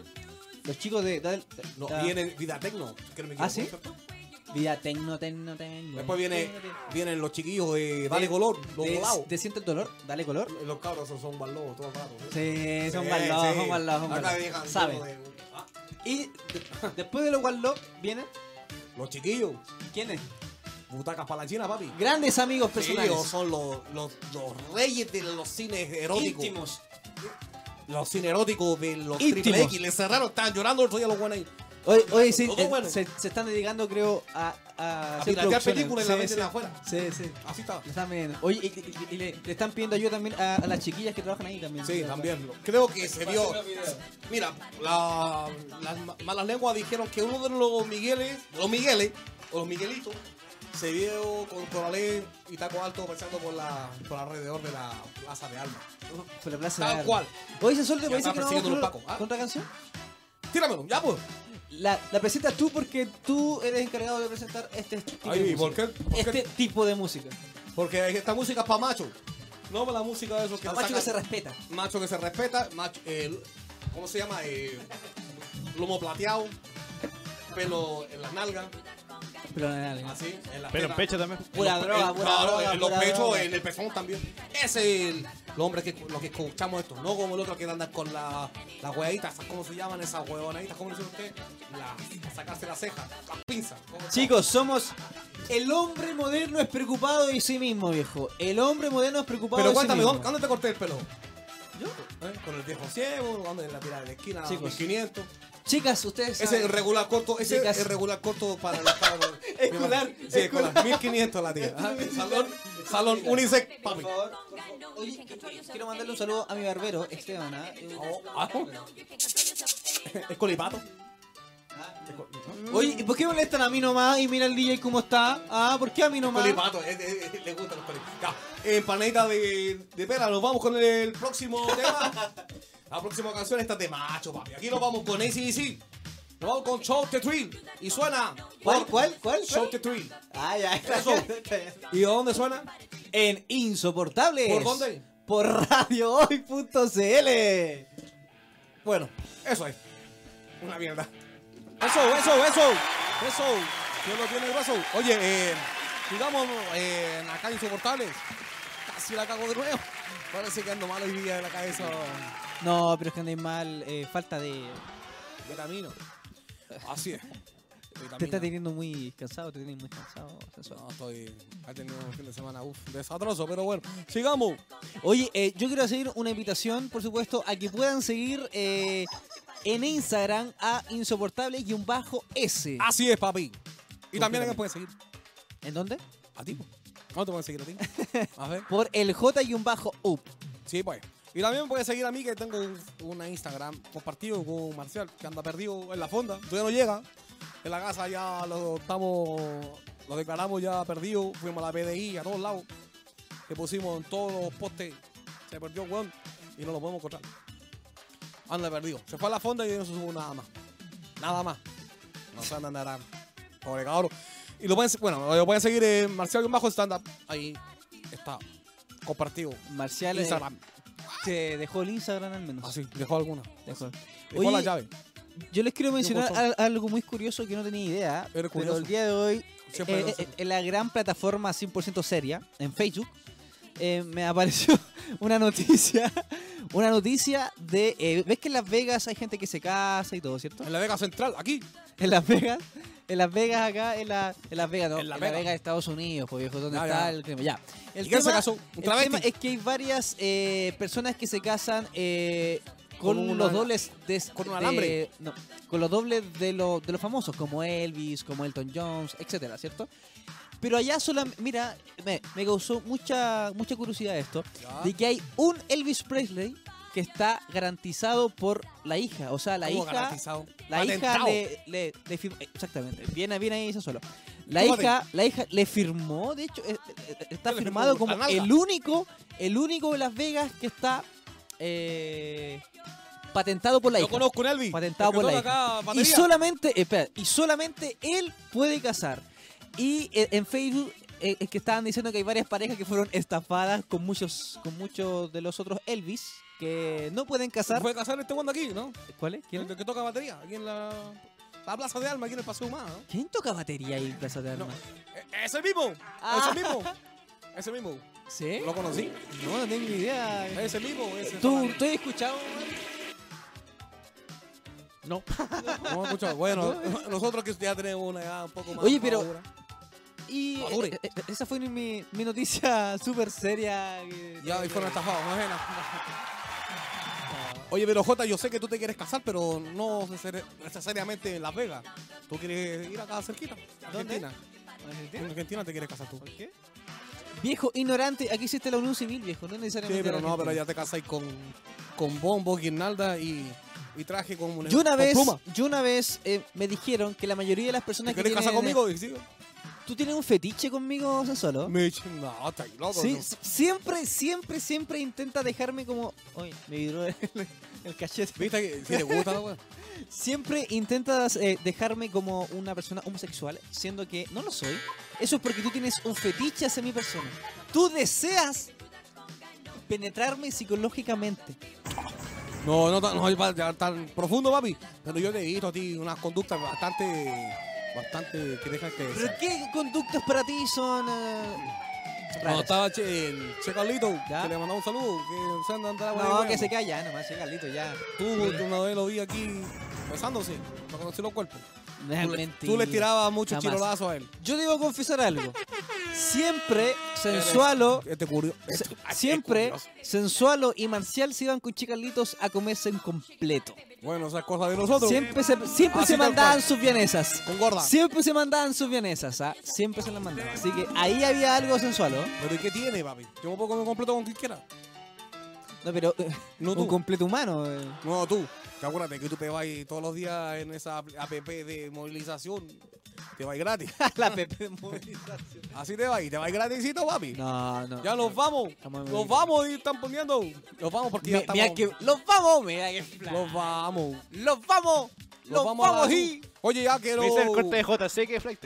los chicos de... da- No, da- viene Vida Tecno. que no me equivoco, ¿Ah, sí? ¿cierto? Vida tecno, tecno, tecno. Después viene, tecno, tecno. vienen los chiquillos de Dale Color, los de, volados. ¿Te sientes el dolor? Dale color. Los cabros son, son balobos, todos raros. Sí, son balados, son balados, son Acá balados. llegan Saben. todos de- Ah, Y de- después de los One Love vienen, Los chiquillos, ¿quiénes? butacas para la China, papi. Grandes amigos Ellos personales. son los, los, los reyes de los cines eróticos. íntimos. Los cines eróticos de los Íntimos. triple X. Les cerraron, estaban llorando el otro día los buenos ahí. Hoy, hoy sí, Todo eh, bueno. se, se están dedicando, creo, a. A, A hacer piratear películas producciones. y las Sí, venden sí. afuera. Sí, sí. Así estaba. Lo están viendo. Oye, y, y- y le, le están pidiendo ayuda también a, a las chiquillas que trabajan ahí también. Sí, también. lo- Creo que se vio. Pásenlo video. Mira, la- las ma- malas lenguas dijeron que uno de los Migueles, de los Migueles, o los Miguelitos, se vio con Coralé y Taco Alto pasando por la por alrededor de la plaza de Alma. Por la plaza. Tal de armas. cual. Oye, se suelte, Ya parece está que no vamos persiguiendo los con, pacos, ¿ah? con otra canción. Tíramelo, ya pues. La, la presentas tú porque tú eres encargado de presentar este tipo de Ay, música. ¿por qué? ¿Por qué? Este tipo de música. Porque esta música es para macho. No para la música de esos que A te macho que se sacan- respeta. Macho que se respeta. Macho, eh, ¿Cómo se llama? Eh, lomo plateado. Pelo en las nalgas. Pero nada, nada. Así. En las Pero en tetas. pecho también. Pura los- droga, pura claro, droga, en los pura pechos, droga. en el pezón también. Ese es el, los hombres que, los que escuchamos esto, no como el otro que anda con la, las hueaditas, esas, ¿cómo se llaman esas huevonaditas? ¿Cómo le dicen ustedes? Las, para sacarse las cejas, las pinzas. ¿cómo? Chicos, somos. El hombre moderno es preocupado de sí mismo, viejo. El hombre moderno es preocupado Pero de sí cuéntame, mismo. ¿dónde, dónde te corté el pelo? Yo. ¿Eh? Con el viejo ciego, cuando en la tirada de la esquina, Chicos. 500. Chicas, ustedes. Ese saben- regular corto, ese Chicas. es regular corto para los cabros. Escolar, Sí, escolar. 1500 la tía. Ajá. Salón, salón unisex, Por papi. favor, por favor. Oye, qu- qu- quiero mandarle un saludo a mi barbero, Esteban. ¿ah? Eh, Oh, ah. Es colipato. Oye, ¿y por qué molestan a mí nomás y mira el DJ cómo está? Ah, ¿por qué a mí nomás? Colipato, eh, eh, eh, le gustan los colipatos. Ya, en Planeta de, de Pera, nos vamos con el próximo tema. La próxima canción esta es de macho, papi. Aquí nos vamos con ACDC. Nos vamos con Show the Thrill. Y suena. ¿Cuál, por cuál, cuál? Show cuál? the Thrill. Ah, ya, está Eso. bien, está bien. ¿Y de dónde suena? En Insoportables. ¿Por dónde? Por radiohoy.cl. Bueno, eso es. Una mierda. Eso, eso, eso. Eso. ¿Quién lo tiene grueso? Oye, eh, digamos, eh, en acá insoportables. Casi la cago de nuevo. Parece que ando mal hoy día de la cabeza. No, pero es que andáis mal, eh, falta de... De camino. Así es. Te está Vitamina. teniendo muy cansado, te tienes muy cansado. sensual. No, estoy. Ha tenido un fin de semana uf, desastroso, pero bueno, sigamos. Oye, eh, yo quiero hacer una invitación, por supuesto, a que puedan seguir eh, en Instagram a insoportable-s. Así es, papi. Y también Confírame. que pueden seguir ¿En dónde? a ti. ¿Cómo te pueden seguir a ti? A ver. Por el j-up. Sí, pues. Y también me puedes seguir a mí que tengo un- una Instagram compartido con Marcial, que anda perdido en la fonda. Todavía no llega. En la casa ya lo estamos Lo declaramos ya perdido. Fuimos a la PDI, a todos lados. Le pusimos en todos los postes. Se perdió, weón. Y no lo podemos encontrar. Anda, perdido. Se fue a la fonda y no se subió nada más. Nada más. No se anda nada. Pobre cabrón. Y lo pueden, bueno, lo pueden seguir en Marcial Bajo Stand Up. Ahí está. Compartido. Marcial eh, Instagram. se dejó el Instagram al menos. Así, dejó alguna. Dejó. Dejó Oye, la llave. Yo les quiero mencionar control. al- algo muy curioso que no tenía idea, Eres pero curioso. el día de hoy, Siempre eh, lo eh, sé. en la gran plataforma 100% seria, en Facebook, eh, me apareció una noticia, una noticia de, eh, ¿ves que en Las Vegas hay gente que se casa y todo, cierto? En la Vega Central, aquí. En Las Vegas, en Las Vegas acá, en, la, en Las Vegas, no, En en, La Las Vega. Vegas de Estados Unidos, pues viejo, ¿dónde Ya, está ya. el crimen? Ya. El ¿Y quién se casó? ¿Un el travesti? tema es que hay varias eh, personas que se casan eh, con, Con una- los dobles de, con un de- alambre. no, con los dobles de, lo- de los famosos, como Elvis, como Elton Jones, etcétera, ¿cierto? Pero allá solamente, mira, me, me causó mucha, mucha curiosidad esto, Ya. de que hay un Elvis Presley que está garantizado por la hija, o sea, la ¿Cómo hija... garantizado? La hija Patentado. le, le- le fir- Exactamente. Viene, viene ahí eso solo. La Tómate. hija, la hija le firmó, de hecho, eh, eh, eh, está Le firmó firmado por la como nalga. el único, el único de Las Vegas que está eh, patentado por la Yo hija. conozco un Elvis. Patentado el que por la toca acá Y batería. solamente, eh, espera, y solamente él puede casar. Y eh, en Facebook eh, es que estaban diciendo que hay varias parejas que fueron estafadas con muchos, con muchos de los otros Elvis que no pueden casar. Fue ¿Eh? a casar este guando aquí, ¿no? ¿Cuáles? ¿Quién? El que toca batería, aquí en la, la Plaza de Alma, aquí en el Paseo Humano, ¿no? ¿Quién toca batería ahí en Plaza de Armas? E- ¡Ese mismo! Ah. ¡Ese mismo! ¡Ese mismo! ¿Sí? ¿Lo conocí? No, no tengo idea. ¡Ese mismo! Ese ¿Tú, ¿Tú has escuchado? No. No, escucho. Bueno, nosotros que ya tenemos una edad un poco más. Oye, pero- madura. Y Madure. eh, eh, eh, esa fue mi, mi noticia súper seria. que- Ya, y fueron estafados, no es Oye, pero Jota, yo sé que tú te quieres casar, pero no neces- necesariamente en Las Vegas. ¿Tú quieres ir acá cerquita? ¿Dónde? Argentina. En Argentina te quieres casar tú. Sí, Viejo ignorante, aquí hiciste la unión civil, viejo. No necesariamente. pero era no, pero Argentina. ya te casáis con, con bombo, guirnalda y, y traje con una Yo una con vez, pluma. yo una vez eh, me dijeron que la mayoría de las personas ¿Te que quieres casar tienen- conmigo? Y sí, ¿Tú tienes un fetiche conmigo, Sansolo? Me dice, no, estáis loco. Sí, no. s- siempre, siempre, siempre intenta dejarme como... Uy, me vibró el, el cachete. ¿Viste que si te gusta pues? la wea? Siempre intentas eh, dejarme como una persona homosexual, siendo que no lo soy. Eso es porque tú tienes un fetiche hacia mi persona. Tú deseas penetrarme psicológicamente. No, no, tan- no, pa- ya tan profundo, papi. Pero yo te he visto a ti unas conductas bastante. Bastante que dejan que. ¿Pero qué conductas para ti son eh, Cuando raras? estaba che, el Che Carlito, ¿Ya? que le mandaba un saludo, que se anda andando No, que se calla, eh, nomás, sí, Carlito, ya. Tú una vez lo vi aquí besándose, para conocer los cuerpos. No es Tú le, mentira. tú le tirabas muchos Jamás. chirolazos a él. Yo debo confesar algo. Siempre Sensualo, Este curio- se- este- ay, siempre qué curioso. Sensualo y Marcial se iban con chicalitos a comerse en completo. este, Bueno, esas cosas de nosotros. Siempre se, siempre Así tal se mandaban cual. sus vienesas. Con gorda. Siempre se mandaban sus vienesas, ¿ah? Siempre se las mandaban. Así que ahí había algo sensual, ¿no? Pero ¿y qué tiene, papi? Yo me puedo comer completo con quien quiera. No, pero eh, No un tú. completo humano. eh. No, tú, que acuérdate que tú te vas todos los días en esa app de movilización. Te vas gratis. La Pepe movilización. Así te vas, te vas gratisito, papi. No, no. Ya los vamos. Estamos en los movilización. vamos y están poniendo. Los vamos porque Me- ya mira estamos. que- los vamos, mira que plan. Los vamos. Los vamos, los, vamos, a la y- luz. Oye, ya que Me los. hice el corte de JC que es flight.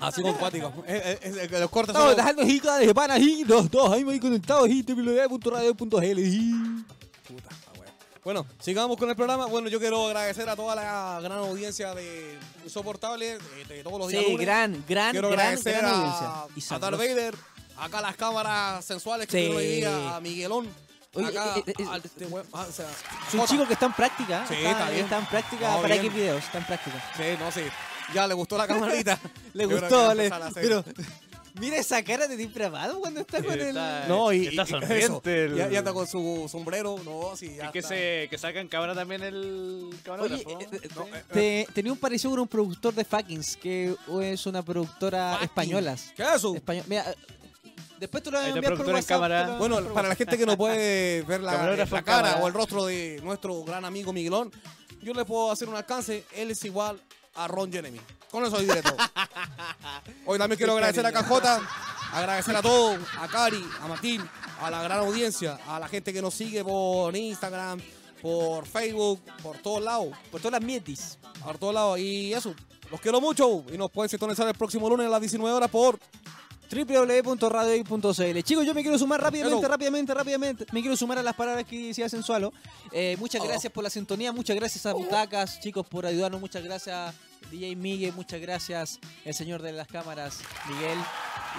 Así con cuáticos. Eh, eh, eh, que los cortes son. Estamos dejando y cada de pan ahí, los dos ahí muy conectados y www.radio.gl. y- Puta, la wea. Bueno, sigamos con el programa. Bueno, yo quiero agradecer a toda la gran audiencia de Insoportable eh, de todos los días. Sí, lunes. gran, gran, Quiero gran, agradecer gran a, audiencia. Y a Darth sabroso. Vader, acá las cámaras sensuales que Sí. tuvieron hoy día, a Miguelón, Oye, acá eh, eh, eh, al- este we- ah, o sea, Es un Jota. chico que está en práctica. Sí, está, está bien. está en práctica No, para bien. X videos, está en práctica. Sí, no sé. Ya le gustó la camarita. Le Yo creo que va gustó, a le, empezar a hacer- pero mira esa cara de depravado cuando está con el... está- eh, No, y, Está y- sonriente eso, el- ya, ya está con su sombrero, no, sí, ya Y que, está. se, que sacan cámara también el Ah, Oye, camarógrafo. eh, eh, No, eh, eh, te- tenía un parecido con un productor de Fuckings, que es una productora Fucking. española. ¿Qué es eso? Español- mira, eh, después tú lo vas a Ahí está enviar por productora en WhatsApp. cámara. te lo- Bueno, para la gente que no puede ver la, eh, la Camarógrafo cara en cámara. o el rostro de nuestro gran amigo Miguelón, yo le puedo hacer un alcance. Él es igual a Ron Jeremy. Con eso diré todo. Hoy también quiero agradecer a Cajota, agradecer a todos, a Cari, a Martín, a la gran audiencia, a la gente que nos sigue por Instagram, por Facebook, por todos lados, Por todas las mietis. por todos lados. Y eso, los quiero mucho y nos pueden sintonizar el próximo lunes a las 19 horas por www.radioy.cl Chicos, yo me quiero sumar rápidamente, Hello. rápidamente, rápidamente. Me quiero sumar a las palabras que decía Sensualo. Eh, muchas Oh. gracias por la sintonía, muchas gracias a Butacas, chicos, por ayudarnos. Muchas gracias, DJ Miguel, muchas gracias, el señor de las cámaras, Miguel. Y...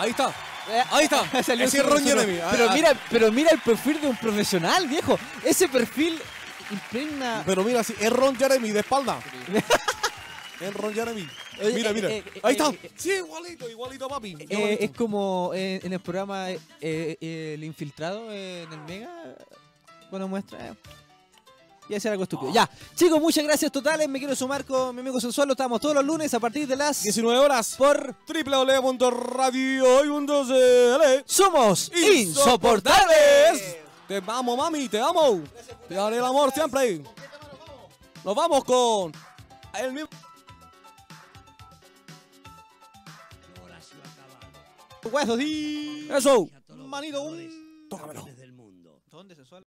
Ahí está. Eh, Ahí está. Salió Ese solo, Ron solo. Jeremy. Ah, Pero ah. mira, pero mira el perfil de un profesional, viejo. Ese perfil impregna. Pero mira, sí, es Ron Jeremy de espalda. es Ron Jeremy. Oye, Mira, eh, mira. eh, eh, Ahí está. eh, eh, Sí, igualito, igualito, papi. eh, Igualito. es como eh, en el programa eh, eh, El Infiltrado eh, en el Mega. Bueno, muestra. eh. Ya será algo estúpido. Ya, chicos, muchas gracias totales. Me quiero sumar con mi amigo Sensualo. Estamos todos los lunes a partir de las 19 horas. por www.radiohoy.cl Somos Insoportables. Te amo, mami, te amo. Te daré el amor siempre. Nos vamos con el mismo. Huesos y- Eso. Manito. un- Tócamelo. del mundo. ¿Dónde Sensualo?